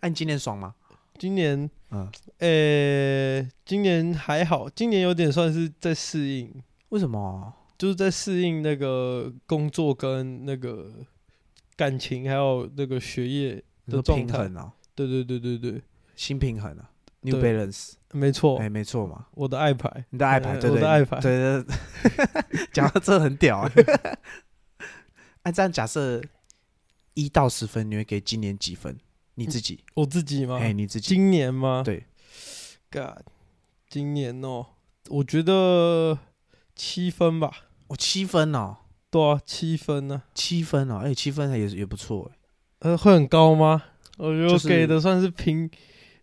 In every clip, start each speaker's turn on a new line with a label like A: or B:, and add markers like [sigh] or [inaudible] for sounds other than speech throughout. A: 哎，你今年爽吗？
B: 今年，
A: 嗯
B: 呃、今年还好，今年有点算是在适应，
A: 为什么？
B: 就是在适应那个工作跟那个感情，还有那个学业
A: 你
B: 的
A: 说
B: 状
A: 平
B: 态。
A: 衡啊，
B: 对对对对对，
A: 新平衡啊，New
B: 对
A: Balance，
B: 没错，
A: 哎，没错嘛。
B: 我的爱牌。
A: 你的爱牌，
B: 呃
A: 对
B: 我
A: 对，
B: 的爱牌
A: 对对对， [laughs] 讲到这很 [laughs] 屌、欸。哎、这样假设一到十分，你会给今年几分？你自己，
B: 我自己吗？
A: 哎、你自己，
B: 嗯啊今年吗？
A: 对
B: ，God，今年哦、我觉得七分吧。
A: 我、七分哦，
B: 对啊，七分呢、
A: 七分哦，哎、七分还也是也不错、欸，
B: 呃，会很高吗？我觉得
A: 就
B: 我
A: 是
B: 给的算是平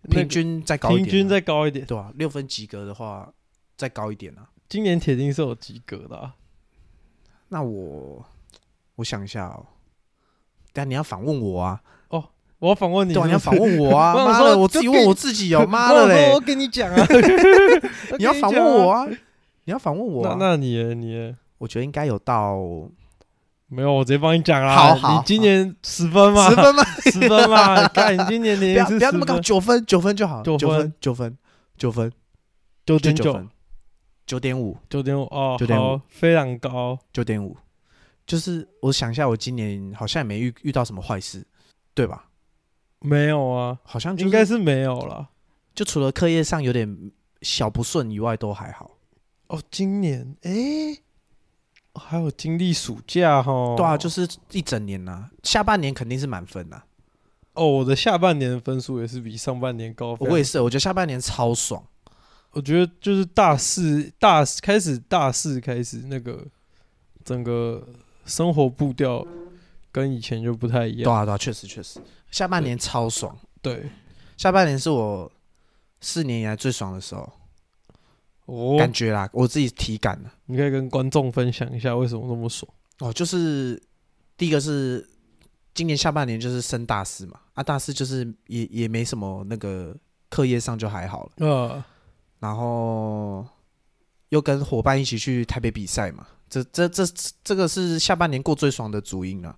A: 平均再
B: 那
A: 高
B: 个
A: 一点、啊
B: 平均，再高一点。
A: 对啊，六分及格的话再高一点啊。
B: 今年铁定是有及格的、啊，
A: 那我我想一下哦，但你要反问我啊，
B: 我要访问你
A: 对啊，你
B: 是
A: 要
B: 不是
A: 反问我啊，
B: [laughs] 我想
A: 妈
B: 说
A: 的，我
B: 就
A: 自己
B: 给
A: 问
B: 你
A: 我自
B: [laughs]
A: 己哦，妈
B: 我
A: 的
B: 想说
A: 嘞
B: 我，跟你讲啊，
A: [laughs] 你要反问我啊，你要反问
B: 我
A: 我、
B: 跟你讲
A: 啊
B: 啊。那那你耶你耶
A: 我觉得应该有到
B: 没有，我直接帮你讲啦。
A: 好好
B: 你今年十分嘛，
A: 十分
B: [laughs]
A: 吗？
B: 十
A: [laughs]
B: 分嘛，你看你今年
A: 不
B: 年
A: 要
B: 龄
A: 不
B: 是
A: 要那么高，
B: 10
A: 九分
B: 分，
A: 九分就好，
B: 九
A: 九
B: 分
A: 分九分九分
B: 九
A: 就
B: 点
A: 九
B: 九
A: 分，，九点五
B: 九点五哦，
A: 9.5
B: 好，非常高。
A: 九点五，就是我想一下，我今年好像也没遇遇到什么坏事，对吧？
B: 没有啊，
A: 好像就
B: 应该
A: 是
B: 是没有了。
A: 就除了课业上有点小不顺以外，都还好。
B: 哦，今年诶，还有经历暑假哈。
A: 对啊，就是一整年呐、下半年肯定是满分呐、
B: 哦，我的下半年的分数也是比上半年高。
A: 我也是，我觉得下半年超爽。
B: 我觉得就是大四大四开始大四开始那个整个生活步调跟以前就不太一
A: 对
B: 样。
A: 啊对啊，确实确实，下半年超爽。
B: 对，
A: 下半年是我四年以来最爽的时候。
B: 哦，
A: 感觉啦，我自己体感啦。
B: 你可以跟观众分享一下为什么那么爽。
A: 哦，就是第一个是今年下半年就是升大四嘛，啊，大四就是也也没什么那个课业上就还好了，
B: 呃，
A: 然后又跟伙伴一起去台北比赛嘛，这这这这个是下半年过最爽的主因了，啊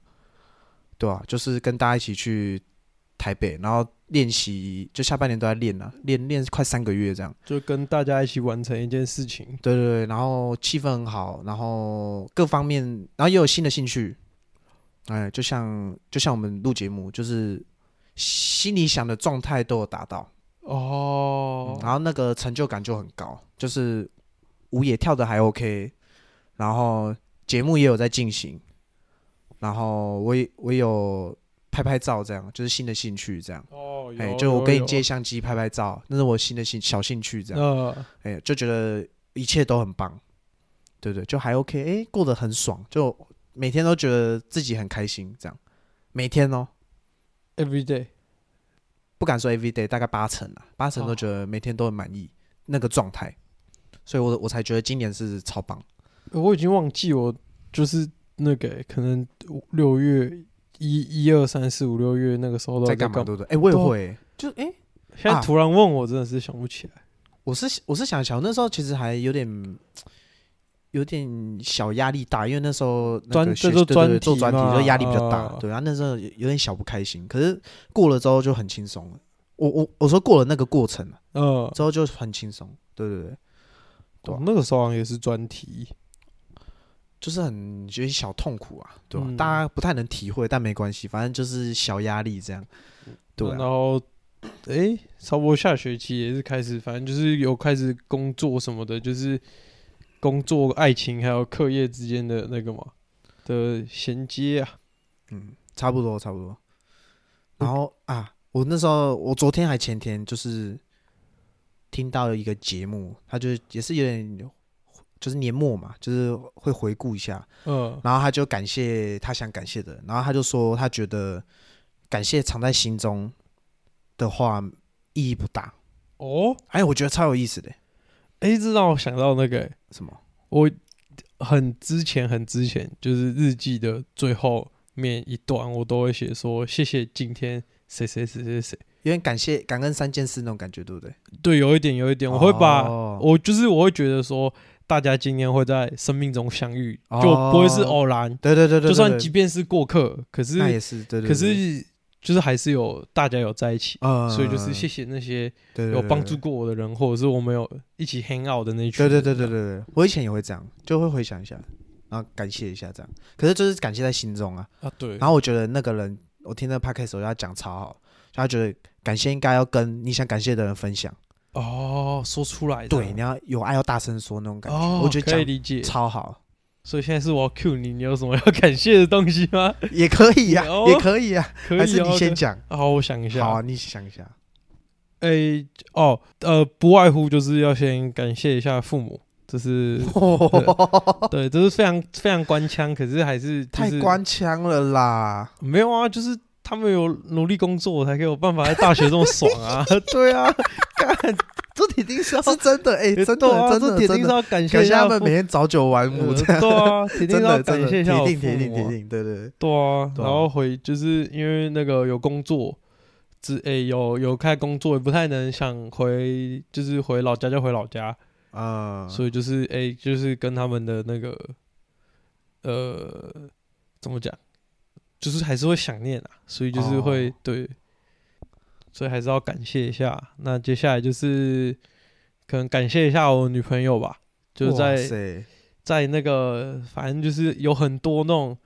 A: 对啊，就是跟大家一起去台北，然后练习，就下半年都在练啊，练练快三个月这样。
B: 就跟大家一起完成一件事情。
A: 对对对，然后气氛很好，然后各方面，然后也有新的兴趣，哎，就像就像我们录节目，就是心里想的状态都有达到，
B: 哦
A: 嗯，然后那个成就感就很高，就是舞也跳的还 OK，然后节目也有在进行，然后我也我也有拍拍照，这样就是新的兴趣这样。
B: 哦，
A: 哎，
B: 有
A: 就我
B: 有
A: 给你
B: 有
A: 借相机拍拍照，那是我新的兴小兴趣这样。
B: 呃，
A: 哎、就觉得一切都很棒，对不对？就还 OK，哎、过得很爽，就每天都觉得自己很开心，这样每天哦，
B: every day，
A: 不敢说 every day，大概八成啊，八成
B: 哦
A: 都觉得每天都很满意、那个状态，所以我我才觉得今年是超棒。
B: 我已经忘记我就是那个、可能六月一、一二三四五六月那个时候都
A: 在
B: 干
A: 干嘛？对不对？哎、我也
B: 对啊
A: 会、就哎、
B: 现在
A: 啊
B: 突然问我，真的是想不起来。
A: 我是我是想想，那时候其实还有点有点小压力大，因为那时候那
B: 专
A: 个学
B: 这就
A: 对对对
B: 专题
A: 做专题
B: 嘛
A: 就压力比较大，
B: 啊
A: 对啊，那时候有有点小不开心，可是过了之后就很轻松了。我我我说过了那个过程了
B: 嗯、
A: 之后就很轻松，对对对，对
B: 我
A: 啊
B: 哦那个时候好像也是专题，
A: 就是很有点小痛苦啊，对吧、
B: 嗯
A: 大家不太能体会，但没关系，反正就是小压力这样，对
B: 然
A: 啊，
B: 后诶，差不多下学期也是开始，反正就是有开始工作什么的，就是工作、爱情还有课业之间的那个嘛的衔接啊。
A: 嗯，差不多差不多。然后啊，我那时候我昨天还前天就是听到了一个节目，他就也是有点就是年末嘛，就是会回顾一下，
B: 嗯、
A: 然后他就感谢他想感谢的，然后他就说他觉得感谢藏在心中的话意义不大。
B: 哦，
A: 哎，我觉得超有意思的，
B: 诶，这让我想到那个、诶
A: 什么？
B: 我很之前很之前，就是日记的最后面一段，我都会写说谢谢今天谁谁谁谁谁。
A: 有点感谢感恩三件事那种感觉，对不对？
B: 对，有一点有一点，我会把、
A: 哦
B: 我就是我会觉得说，大家今天会在生命中相遇，
A: 哦
B: 就不会是偶然，
A: 对对对对，
B: 就算
A: 对
B: 即便是过客，可是
A: 那也是对对，
B: 可
A: 对
B: 是就是还是有大家有在一起，
A: 呃，
B: 所以就是谢谢那些
A: 对
B: 有帮助。过我的人，或者是我们有一起 hang out 的那一群
A: 对
B: 人。
A: 对对对对对对，我以前也会这样，就会回想一下，然后感谢一下这样。可是就是感谢在心中啊。
B: 啊，对，
A: 然后我觉得那个人，我听那 podcast 我要讲超好，他觉得感谢应该要跟你想感谢的人分享，
B: 哦，说出来的，
A: 对，你要有爱要大声说那种感觉，
B: 哦，
A: 我觉得
B: 可以
A: 讲
B: 理解。
A: 超好。
B: 所以现在是我要 cue 你，你有什么要感谢的东西吗？
A: 也可以呀、
B: 哦
A: 也可以呀、
B: 可以、
A: [laughs]
B: 哦，
A: 还是你先
B: 可以。
A: 讲。
B: 好，我想一下。
A: 好啊，你想一下。
B: 诶、哦，呃，不外乎就是要先感谢一下父母，这是
A: 哦
B: 对，这是非常非常官腔，可是还是、就是、
A: 太官腔了
B: [laughs]
A: 啦！
B: 没有啊，就是他们有努力工作，才可以有办法在大学这么爽
A: [laughs]
B: 啊！
A: 对啊，
B: 这铁定是要
A: 是真的，哎、真
B: [laughs] 对啊，
A: 的，真
B: 这
A: 的，
B: 铁
A: 真
B: 定是
A: 的。
B: 要感谢
A: 感谢
B: 一下
A: 他们
B: 父
A: 每天早九晚五
B: 呃
A: 这样，
B: 对啊，铁定
A: 真
B: 是要
A: 的，
B: 感
A: 真的，
B: 谢
A: 铁
B: 一下我
A: 定，
B: 父
A: 铁定，
B: 母啊
A: 铁定，对对对，
B: 对啊，
A: 对啊
B: 然后回就是因为那个有工作，只诶、有有开工作，也不太能想回，就是回老家就回老家，
A: 啊、
B: 所以就是诶、就是跟他们的那个呃怎么讲，就是还是会想念啊，所以就是会、
A: 哦
B: 对，所以还是要感谢一下。那接下来就是可能感谢一下我女朋友吧，就在
A: 哇塞
B: 在那个，反正就是有很多那种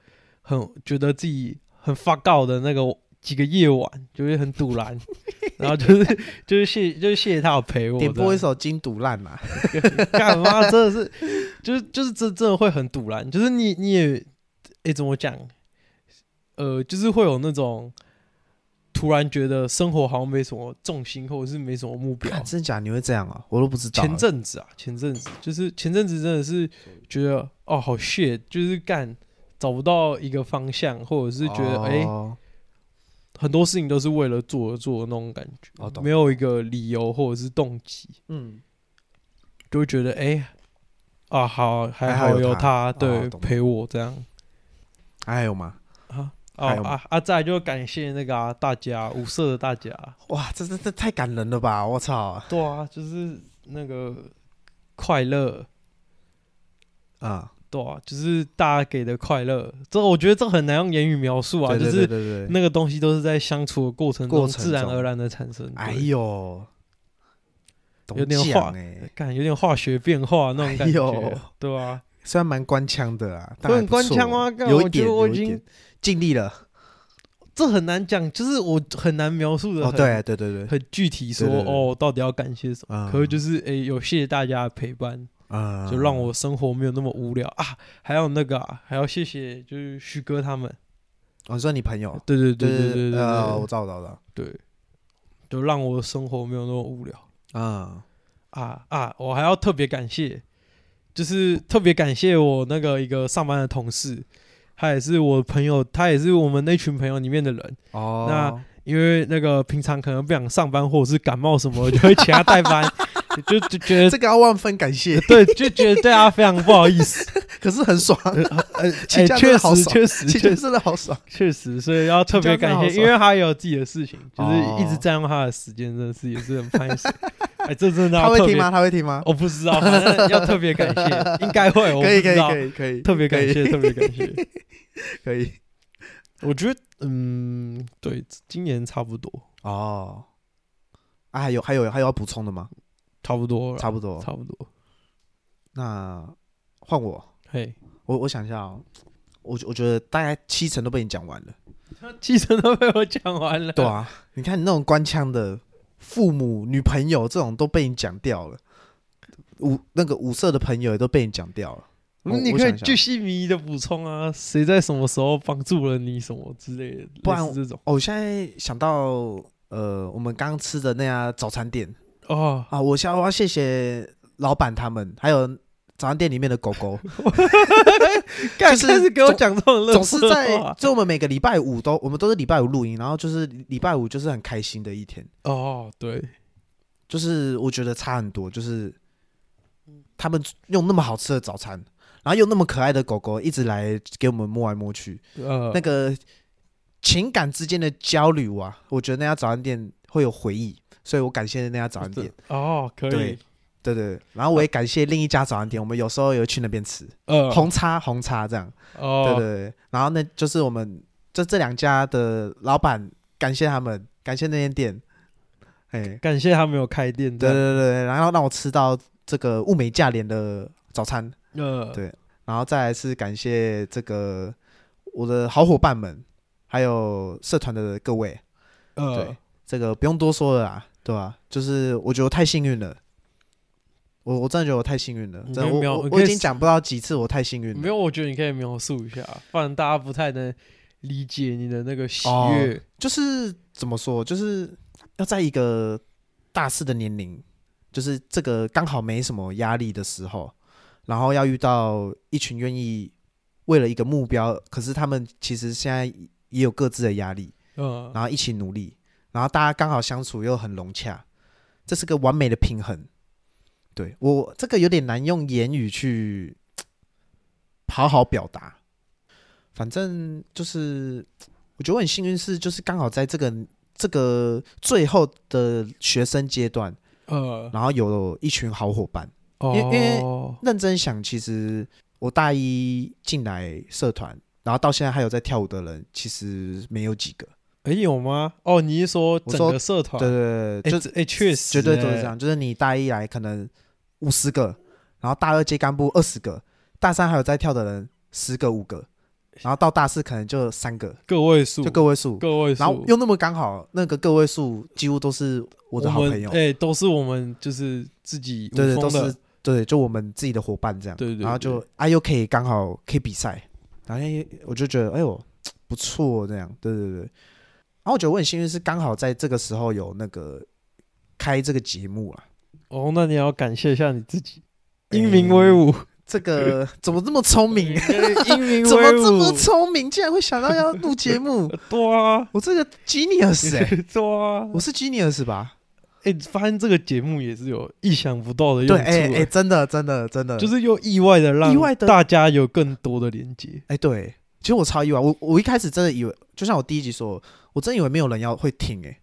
B: 很觉得自己很发告的那个几个夜晚，就是很堵然， [laughs] 然后就是就是谢就是谢谢他有陪我这
A: 点
B: 样，
A: 播一首《金赌烂》啊嘛，
B: [laughs] 干嘛？真的是，就是就是真真的会很堵然，就是你你也诶、怎么讲？呃，就是会有那种突然觉得生活好像没什么重心，或者是没什么目标，
A: 干真假你会这样哦，我都不知道。
B: 前阵子啊，前阵子就是前阵子真的是觉得哦，好 shit，就是干找不到一个方向，或者是觉得哎、
A: 哦
B: 很多事情都是为了做而做的那种感觉，
A: 哦懂
B: 没有一个理由或者是动机，
A: 嗯，
B: 就会觉得哎、啊好，还
A: 还好有
B: 有
A: 他
B: 他
A: 哦
B: 对
A: 懂
B: 陪我这样
A: 还有吗？
B: 啊。哦
A: 还有吗
B: 啊啊！再来就感谢那个、啊、大家五色的大家，
A: 哇，这这这太感人了吧！我操啊、
B: 对啊，就是那个快乐，对啊，就是大家给的快乐，这我觉得这很难用言语描述啊，
A: 对对
B: 就
A: 对
B: 是
A: 对对，
B: 那个东西都是在相处的过程中
A: 过程
B: 自然
A: 中
B: 而然的产生。
A: 哎
B: 对，
A: 呦，懂
B: 有点
A: 讲
B: 话
A: 哎，
B: 感有点化学变化那种感
A: 哎呦
B: 觉，对啊吧？
A: 虽然蛮官腔的啊，但
B: 会
A: 还
B: 很
A: 不
B: 官
A: 错
B: 腔吗干
A: 有
B: 我
A: 一
B: 觉
A: 点，
B: 得我
A: 有
B: 已
A: 一
B: 经
A: 点尽力了。
B: 这很难讲，就是我很难描述的
A: 哦，
B: 很
A: 对对对对，
B: 很具体说
A: 对对对
B: 哦，到底要感谢什么？
A: 嗯
B: [laughs] 可是就是哎，有谢谢大家的陪伴，
A: 啊
B: 就让我生活没有那么无聊啊。还有那个啊还要谢谢就是徐哥他们，
A: 哦，你说你朋友，
B: 对对对
A: 就
B: 对
A: 是
B: 对啊
A: 呃，我
B: 对
A: 知道，我知道我知道，
B: 对，就让我生活没有那么无聊。
A: 嗯，
B: 啊啊！我还要特别感谢，就是特别感谢我那个一个上班的同事，他也是我朋友，他也是我们那群朋友里面的人。
A: 哦，
B: 那因为那个平常可能不想上班，或者是感冒什么，就会请他代班， [laughs] 就就觉
A: 这
B: 得
A: 个要万分感
B: [laughs]
A: 谢，
B: 对，就觉得对他非常不好意思。
A: 可是很爽，
B: 呃 [laughs] 呃，
A: 请
B: 哎
A: 假真
B: 确
A: 的好
B: 实
A: 爽
B: 确实
A: 其
B: 确
A: 实
B: 实
A: 真的好
B: [laughs]
A: 爽，
B: 确实，所以要特别
A: 请假
B: 感
A: 真的好
B: 谢，
A: 爽
B: 因为他也有自己的事情，就是
A: 哦
B: 一直占用他的时间，真的是也是很不好
A: [laughs]
B: 意思。哎，这真的
A: 他
B: 要
A: 会
B: 特别
A: 听吗？他会听吗？
B: 我不知道，反正要特
A: [laughs]
B: 别感谢，应该会，我
A: 可以可以可
B: 以，
A: 以可以，
B: 特别感
A: 可以
B: 谢，特别感谢。
A: 可以，
B: 我觉得，嗯，对，今年差不多，
A: 哦，啊，还有还有还有要补充的吗？
B: 差不多了，
A: 差不多，
B: 差不多。
A: 那换我，
B: 嘿，
A: 我我想一下哦，我我觉得大概七成都被你讲完了。
B: 继承都被我讲完了。
A: 对，啊，你看你那种官腔的父母、女朋友这种都被你讲掉了，五那个五色的朋友也都被你讲掉了。我
B: 嗯你
A: 我
B: 可以
A: 想一下
B: 巨细靡遗的补充啊，谁在什么时候帮助了你什么之类的，
A: 不然
B: 类似这种
A: 哦，我现在想到呃，我们刚吃的那家早餐店
B: 哦，
A: 啊，我想我要谢谢老板他们，还有早餐店里面的狗 [laughs] 狗，
B: 干
A: 就是
B: 开始给我
A: 总
B: 讲这种乐
A: 总是在就我们每个礼拜五都我们都是礼拜五录音，然后就是礼拜五就是很开心的一天。
B: 哦，对，
A: 就是我觉得差很多，就是
B: 嗯
A: 他们用那么好吃的早餐，然后用那么可爱的狗狗一直来给我们摸来摸去，
B: 呃
A: 那，个情感之间的交流啊，我觉得那家早餐店会有回忆，所以我感谢那家早餐店。
B: 哦，可以
A: 对，对对，对然后我也感谢另一家早餐店，我们有时候也会去那边吃
B: 呃，
A: 红茶红茶这样，对
B: 哦，
A: 对对，然后那就是我们这这两家的老板感谢他们，感谢那间店，哎，
B: 感谢他没有开店，
A: 对对
B: 这样，
A: 对对，然后让我吃到这个物美价廉的早餐，
B: 呃，
A: 对然后再来是感谢这个我的好伙伴们，还有社团的各位，对
B: 呃，
A: 这个不用多说了啦，对吧、就是我觉得我太幸运了，我我真的觉得我太幸运了，
B: 你
A: 真的
B: 可以
A: 我
B: 描
A: 我
B: 你可
A: 我
B: 以
A: 已经讲不到几次我太幸运了，
B: 没有，我觉得你可以描述一下，不然大家不太能理解你的那个喜
A: 哦
B: 悦。
A: 就是怎么说，就是要在一个大四的年龄，就是这个刚好没什么压力的时候，然后要遇到一群愿意为了一个目标，可是他们其实现在也有各自的压力，
B: 嗯，
A: 然后一起努力，然后大家刚好相处又很融洽，这是个完美的平衡。对我这个有点难用言语去好好表达，反正就是我觉得我很幸运是，就是刚好在这个这个最后的学生阶段，
B: 呃，
A: 然后有一群好伙伴。
B: 哦，
A: 因为认真想，其实我大一进来社团，然后到现在还有在跳舞的人，其实没有几个。
B: 哎、有吗？哦，你是说
A: 我
B: 整
A: 说
B: 个社团？
A: 对对对，
B: 哎
A: 就
B: 这哎，确实
A: 绝对都是这
B: 哎
A: 样，就是你大一来可能五十个，然后大二接干部二十个，大三还有在跳的人十个五个，然后到大四可能就三个，
B: 个位数，
A: 就个位数，
B: 个位数。
A: 然后又那么刚好那个个位数几乎都是我的好
B: 们
A: 朋友，
B: 哎、都是我们就是自己
A: 对对，
B: 无
A: 都
B: 风的
A: 是对，就我们自己的伙伴这样，
B: 对对对
A: 然后就啊又可以刚好可以比赛，然后哎我就觉得哎呦不错这样，对对对，然后我觉得我很幸运是刚好在这个时候有那个开这个节目啊。
B: 哦，那你要感谢一下你自己，
A: 哎
B: 英明威武，
A: 这
B: [laughs]
A: 个怎么这么聪明？
B: 英明威武，
A: 怎么这么聪明？竟然会想到要录节
B: [laughs]
A: 目？
B: 多啊？
A: 我这个
B: [laughs]
A: genius 哎、
B: 多啊！
A: 我是 genius 吧？
B: 哎、发现这个节目也是有意想不到的用
A: 对，
B: 处、
A: 哎、哎、
B: 哎
A: 真的真的真的，
B: 就是又意外的让
A: 意外地
B: 大家有更多的连接。
A: 哎、对，其实我超意外，我我一开始真的以为，就像我第一集说，我真以为没有人要会听哎、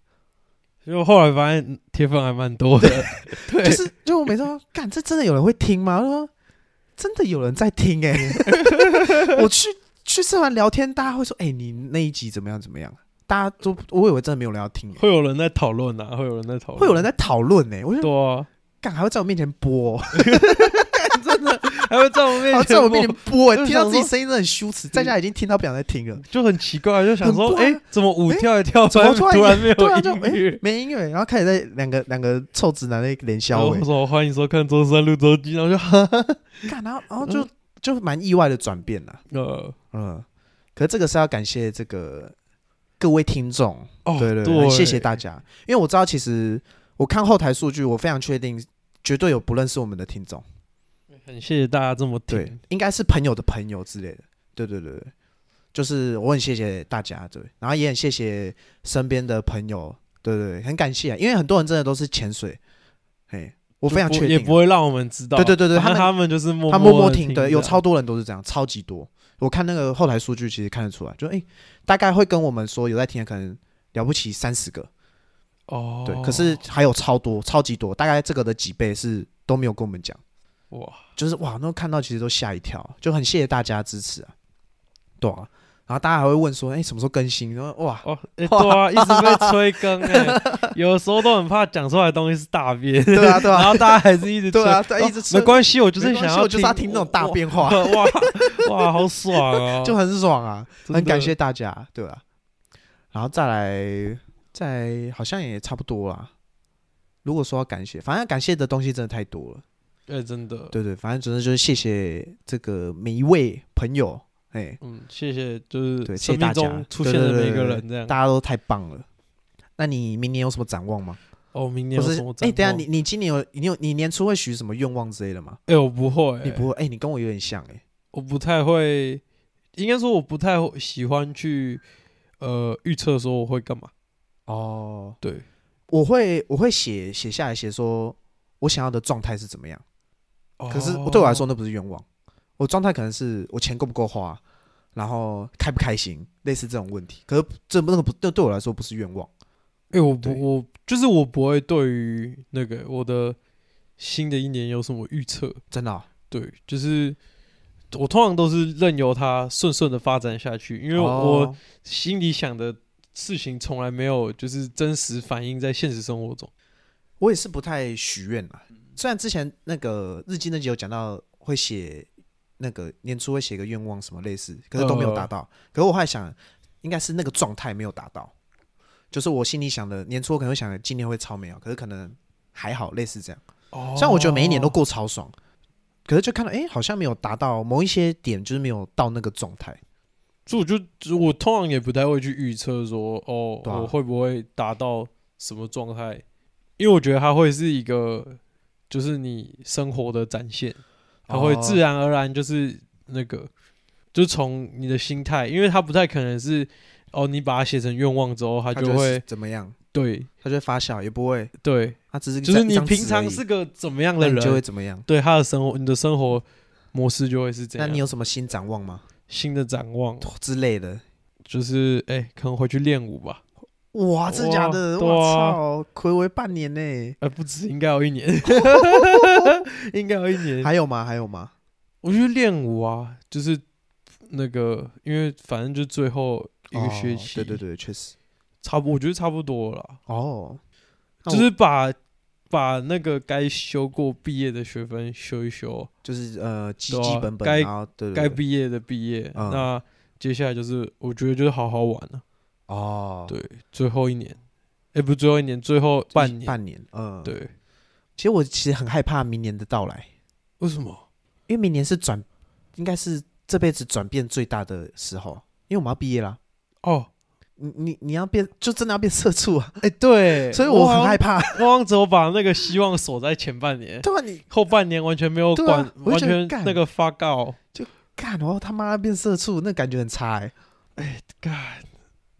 B: 就后来发现嗯铁粉还蛮多的， [laughs] [laughs] 对，
A: 就是就我每次说，干这真的有人会听吗？我说真的有人在听哎、
B: [laughs]
A: 我去去社团聊天，大家会说，哎、你那一集怎么样怎么样？大家都我以为真的没有人要听、哎
B: 会有人在讨论啊，会有人在讨论，
A: 会有人在讨论哎，我就
B: 对
A: [laughs]
B: 啊，
A: 干还会在我面前播哦，
B: 真的还会在我面
A: [laughs] 然后
B: 前，
A: 在我面前播
B: 我
A: 欸，
B: 就
A: 听到
B: 想
A: 自己
B: 说
A: 声音真的很羞耻，在家已经听到不想再听了，
B: 就很奇怪，就想说，
A: 很怪
B: 哎、
A: 啊
B: 怎么舞
A: 哎
B: 跳一跳，
A: 怎么突然
B: 然没有
A: 对啊，就
B: 音
A: 哎
B: 乐？
A: 没音乐，然后开始在两个两个臭直男在连
B: 然
A: 消
B: 后
A: 尾 [laughs]
B: 我，说欢迎收看《中山路周记》，然后就哈哈哈
A: 哦干，然后然后就嗯就蛮意外的转变啦， [laughs]
B: 呃
A: 嗯，可是这个是要感谢这个各位听众，
B: 哦
A: 对对，很谢谢大家，因为我知道其实我看后台数据，我非常确定绝对有不认识我们的听众，
B: 很谢谢大家这么
A: 对
B: 听，，
A: 应该是朋友的朋友之类的。对对对，对就是我很谢谢大家，对，然后也很谢谢身边的朋友，对对对，很感谢啊，因为很多人真的都是潜水，嘿，我
B: 我
A: 非常确定，
B: 也不会让我们知道，
A: 对对对对
B: 反正
A: 他
B: 他们就是默
A: 他
B: 默
A: 默默
B: 地
A: 听，对，
B: 这
A: 有
B: 样
A: 超多人都是这样，超级多。我看那个后台数据，其实看得出来，就诶，大概会跟我们说有在听的，可能了不起三十个，
B: 哦，
A: 对，可是还有超多，超级多，大概这个的几倍是都没有跟我们讲。
B: 哇，
A: 就是哇，那看到其实都吓一跳，就很谢谢大家的支持啊，对啊。然后大家还会问说，哎、什么时候更新？然后哇，
B: 哦，哎、对
A: [laughs]
B: 啊，一直被催更哎、有时候都很怕讲出来的东西是大
A: [laughs]
B: 便，
A: 对啊，对
B: 然
A: 啊，
B: 后大家还是一直
A: 对啊，
B: 催
A: 对啊，一直
B: 没
A: 吃，
B: 关系，我就是
A: 没
B: 想
A: 关系
B: 要
A: 我就是要听那种大变化 [laughs]
B: 哇哇哇，好爽哦，
A: 就很爽 [laughs] 啊，
B: 真
A: 很感
B: 的
A: 谢大家，对啊。然后再来，再好像也差不多啦。如果说要感谢，反正感谢的东西真的太多了，
B: 哎、真的，
A: 对对，反正总之就是谢谢这个每一位朋友，哎、
B: 嗯，谢谢，就是
A: 对
B: 生
A: 谢谢
B: 命
A: 大家
B: 中出
A: 对
B: 现的
A: 对
B: 每
A: 对
B: 一个
A: 对
B: 人这样。
A: 大家都太棒了。那你明年有什么展望吗？
B: 哦，明年
A: 不
B: 有
A: 是
B: 什么，展
A: 哎、等一下
B: 望
A: 你你今年有你有你年初会许什么愿望之类的吗？
B: 哎、我不会、
A: 你不会，哎、你跟我有点像、哎，
B: 我不太会，应该说我不太会喜欢去呃预测说我会干嘛。
A: 哦，
B: 对，
A: 我会我会写写下来，写说我想要的状态是怎么样。哦
B: 哦
A: 可是对我来说，那不是愿望，我状态可能是我钱够不够花，然后开不开心，类似这种问题。可是这那个不，那对我来说不是愿望。
B: 哎、我
A: 对
B: 不我就是我不会对于那个我的新的一年有什么预测。
A: 真的哦、
B: 对，就是我通常都是任由它顺顺的发展下去，因为我
A: 哦
B: 心里想的事情从来没有就是真实反映在现实生活中。
A: 我也是不太许愿啦。
B: 嗯
A: 虽然之前那个日记那集有讲到会写那个年初会写个愿望什么类似，可是都没有达到。
B: 嗯
A: 可是我后来想，应该是那个状态没有达到，就是我心里想的年初我可能会想的今年会超美啊好，可是可能还好，类似这样。
B: 哦
A: 虽然我觉得每一年都过超爽，可是就看到哎、诶好像没有达到某一些点，就是没有到那个状态。
B: 所以我就我通常也不太会去预测说，哦，
A: 对啊
B: 我会不会达到什么状态，因为我觉得它会是一个，就是你生活的展现，它会
A: 哦
B: 自然而然就是那个，就从你的心态，因为它不太可能是，哦，你把它写成愿望之后，它
A: 哦它
B: 就会
A: 怎么样？
B: 对
A: 它就会发酵，也不会，
B: 对，
A: 它只是一
B: 就是
A: 张
B: 你平
A: 纸而
B: 常
A: 已
B: 是个怎么样
A: 那
B: 的
A: 你就会
B: 人，
A: 怎么样？
B: 对他的生活，你的生活模式就会是这
A: 那你
B: 样，
A: 有什么新展望吗？哦
B: 新的展望，
A: 之类的？
B: 就是哎、可能回去练舞吧。
A: 哇，真的假
B: 哇
A: 的？
B: 对
A: 我
B: 啊
A: 操，暌违半年呢。
B: 呃，不止，应该有一
A: [laughs]
B: 年，应该有一年。
A: 还有吗？还有吗？
B: 我去练舞啊，就是那个，因为反正就最后一个学期，
A: 哦对对，对，确实。
B: 差不，我觉得差不多了啦，
A: 哦，那
B: 就
A: 我
B: 是把把那个该修过毕业的学分修一修，
A: 就是呃，基
B: 对啊
A: 基本本，
B: 该
A: 然后对
B: 该
A: 对对。
B: 毕业的毕业。
A: 嗯
B: 那接下来就是，我觉得就是好好玩了、
A: 哦，
B: 对，最后一年，哎、不，最后一年，最后半年。
A: 半年，嗯，。
B: 对，
A: 其实我其实很害怕明年的到来，
B: 为什么？
A: 因为明年是转，应该是这辈子转变最大的时候，因为我们要毕业啦。
B: 哦，
A: 你你你要变，就真的要变社畜啊！
B: 哎、对，
A: 所以我很
B: 好
A: 害
B: 像，
A: 怕。 [laughs]
B: 我好像只有把那个希望锁在前半年。
A: 对啊，你
B: 后半年完全没有
A: 对啊
B: 管，
A: 我
B: 完
A: 就觉得
B: 全
A: 干
B: 那个发告，
A: 干，然后他妈变社畜，那感觉很差哎、
B: 干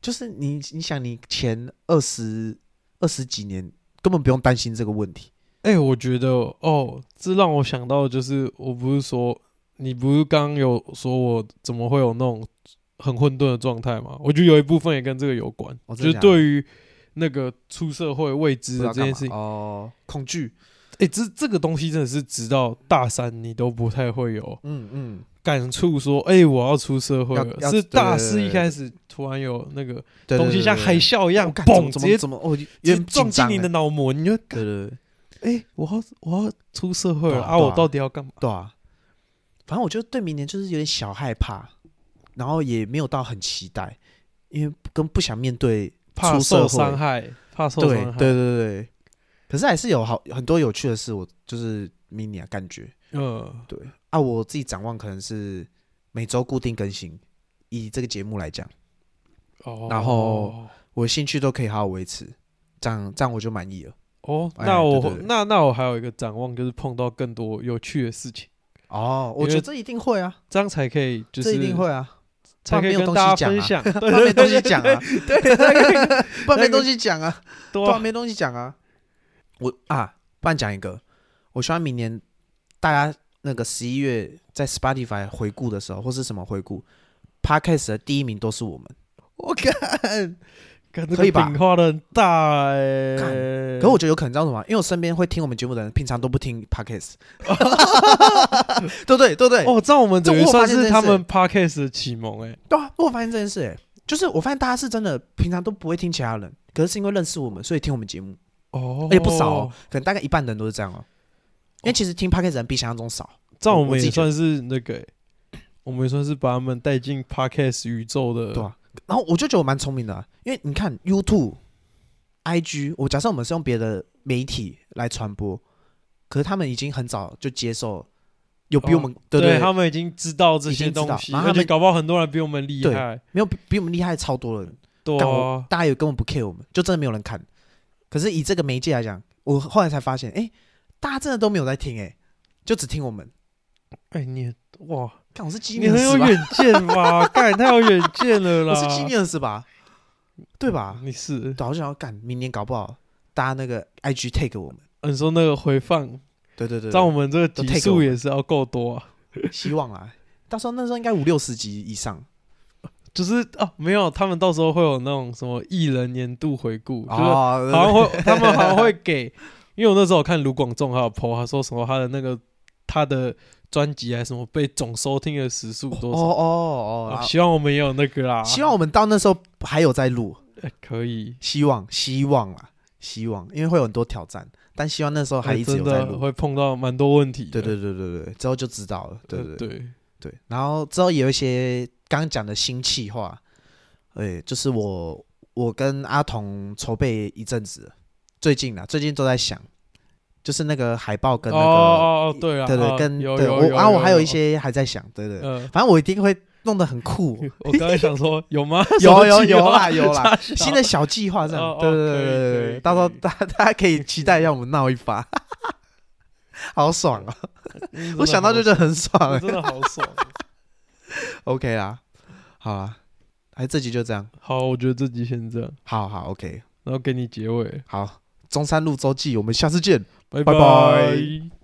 A: 就是你，你想，你前二十二十几年根本不用担心这个问题。
B: 哎、我觉得哦，这让我想到就是，我不是说你不是刚刚有说我怎么会有那种很混沌的状态吗？我觉得有一部分也跟这个有关，
A: 哦
B: 就
A: 真的
B: 是
A: 假的
B: 对于那个出社会未
A: 不知
B: 知的
A: 道
B: 这
A: 干
B: 件
A: 嘛
B: 事情，哎、哎
A: 哦，恐惧，
B: 这这个东西真的是直到大三你都不太会有
A: 嗯嗯，
B: 感触，说哎、我要出社会
A: 要
B: 了，
A: 要
B: 是
A: 对对
B: 大
A: 对
B: 四一
A: 对
B: 开始突然有那个
A: 对
B: 东西像海啸一
A: 一
B: 样，嘣，
A: 怎
B: 直
A: 么
B: 接
A: 怎么哦，有
B: 也
A: 点
B: 撞
A: 紧
B: 进
A: 张
B: 你的
A: 欸
B: 脑膜，你就
A: 对对对
B: 哎、我要我要出社会
A: 对
B: 了
A: 啊
B: 啊！
A: 对啊
B: 我到底要干嘛？
A: 对啊，反正我就对明年就是有点小害怕，然后也没有到很期待，因为跟不想面对
B: 怕
A: 出
B: 受
A: 社会
B: 伤害，怕受
A: 对
B: 伤害。
A: 对对对对，可是还是有好很多有趣的事，我就是明年、啊、感觉
B: 嗯，
A: 对啊，我自己展望可能是每周固定更新，以这个节目来讲，
B: 哦，
A: 然后我兴趣都可以好好维持，这样这样我就满意了。
B: 哦，
A: 哎
B: 那我
A: 对对对
B: 那那我还有一个展望，就是碰到更多有趣的事情，
A: 哦，我
B: 因为
A: 觉得这一定会啊，
B: 这样才可以就
A: 这
B: 是
A: 一定会啊，
B: 才可以跟大家分享，
A: 不 [laughs]
B: 对
A: 然没
B: 对
A: 东
B: 对
A: 西
B: 对
A: 讲啊，
B: [laughs] 对对对 [laughs] 对，
A: 不然没东西讲啊，不
B: 多
A: 然没东西讲啊。我啊，不然讲一个，我希望明年大家那个十一月在 Spotify 回顾的时候，或是什么回顾 Podcast 的第一名都是我们。
B: 我看，看这
A: 可
B: 个
A: 以吧
B: 饼画的很大哎，
A: 干可我觉得有可能，知道什么？因为我身边会听我们节目的人，平常都不听 podcast，对不对？对不对？
B: 哦，这样我们等于
A: 哎这我
B: 算
A: 发现
B: 是
A: 这件
B: 他
A: 事
B: 们 podcast 的启蒙哎，
A: 对啊，我有发现这件事、欸，就是我发现大家是真的平常都不会听其他人，可是是因为认识我们，所以听我们节目，
B: 哦，
A: 也、不少、哦，可能大概一半的人都是这样哦、因为其实听 podcast 的人比想象中少， [coughs]
B: 这样
A: 我
B: 我
A: 我
B: 们
A: 自
B: 也
A: 己觉
B: 算是那个欸、我们也算是把他们带进 podcast 宇宙的。
A: 对啊然后我就觉得我蛮聪明的啊、因为你看 YouTube、IG，我假设我们是用别的媒体来传播，可是他们已经很早就接受，有比我们、哦对
B: 对
A: 不对？
B: 他们已经知道这
A: 已
B: 些
A: 经知
B: 东
A: 道
B: 西，
A: 然后他
B: 而且
A: 们
B: 搞不好很多人比我们厉
A: 对
B: 害。
A: 没有比比我们厉害超多的人。
B: 对
A: 干
B: 啊
A: 我，大家也根本不 care 我们，就真的没有人看。可是以这个媒介来讲，我后来才发现，哎、大家真的都没有在听、哎，就只听我们。
B: 哎、你很哇，
A: 看我是鸡
B: 你
A: 年
B: 很有啊
A: 是吧？
B: 远
A: [laughs]
B: 见吧？干，太有远见了
A: 我
B: 啦！
A: 是鸡年是吧？对吧？
B: 你是
A: 对，我就想要干，明年搞不好大家那个 IG take 我们，
B: 啊你说那个回放，
A: 对对对
B: 让我
A: 对，
B: 们这个
A: 都
B: 集
A: take
B: 数
A: 我们
B: 也是要够多啊。
A: 希望啊，到时候那时候应该五六十集以上，
B: 就是哦，没有，他们到时候会有那种什么艺人年度回顾，就
A: [laughs]
B: 是
A: 哦
B: 好像会，他们好像会给，因为我那时候看卢广仲还有 PO，他说什么他的那个他的专辑还是什么被总收听的时数
A: 哦
B: 多少、
A: 哦哦
B: 啊
A: 哦，
B: 希望我们也有那个啦，
A: 希望我们到那时候还有在录，
B: 哎、哎可以，
A: 希望希望啦，希望，因为会有很多挑战，但希望那时候还
B: 哎
A: 一直
B: 真
A: 有在
B: 的
A: 录。
B: 会碰到蛮多问题的。
A: 对对对对对，之后就知道了，对对
B: 呃
A: 对
B: 对，
A: 对。然后之后也有一些刚刚讲的新企划，哎，就是我我跟阿童筹备一阵子了，最近啊，最近都在想，就是那个海报跟那个，
B: 哦哦哦，对啊，
A: 对对，
B: 哦
A: 跟
B: 有
A: 对
B: 有
A: 我，
B: 有
A: 然后我
B: 有
A: 还有一
B: 有
A: 些还在想，对对，
B: 嗯，
A: 反正我一定会弄得很酷，？
B: 我刚才想说有吗
A: [laughs] 有有有啦有
B: [laughs]
A: 啦，新
B: 现
A: 的
B: 在
A: 小计划这样
B: 哦，
A: 对对
B: 哦可
A: 对
B: 以
A: 对
B: 可以可
A: 对，
B: 以
A: 到时候大大家可以期待一下我们闹一发，好爽哦！ [laughs] 我想到就觉得很爽欸
B: 真的好爽。
A: ，OK 啦，好啦，哎，这集就这样，
B: 好，我觉得这集先这样，
A: 好好 OK，
B: 然后给你结尾，
A: 好，中山路周记，我们下次见。
B: 拜
A: 拜拜
B: 拜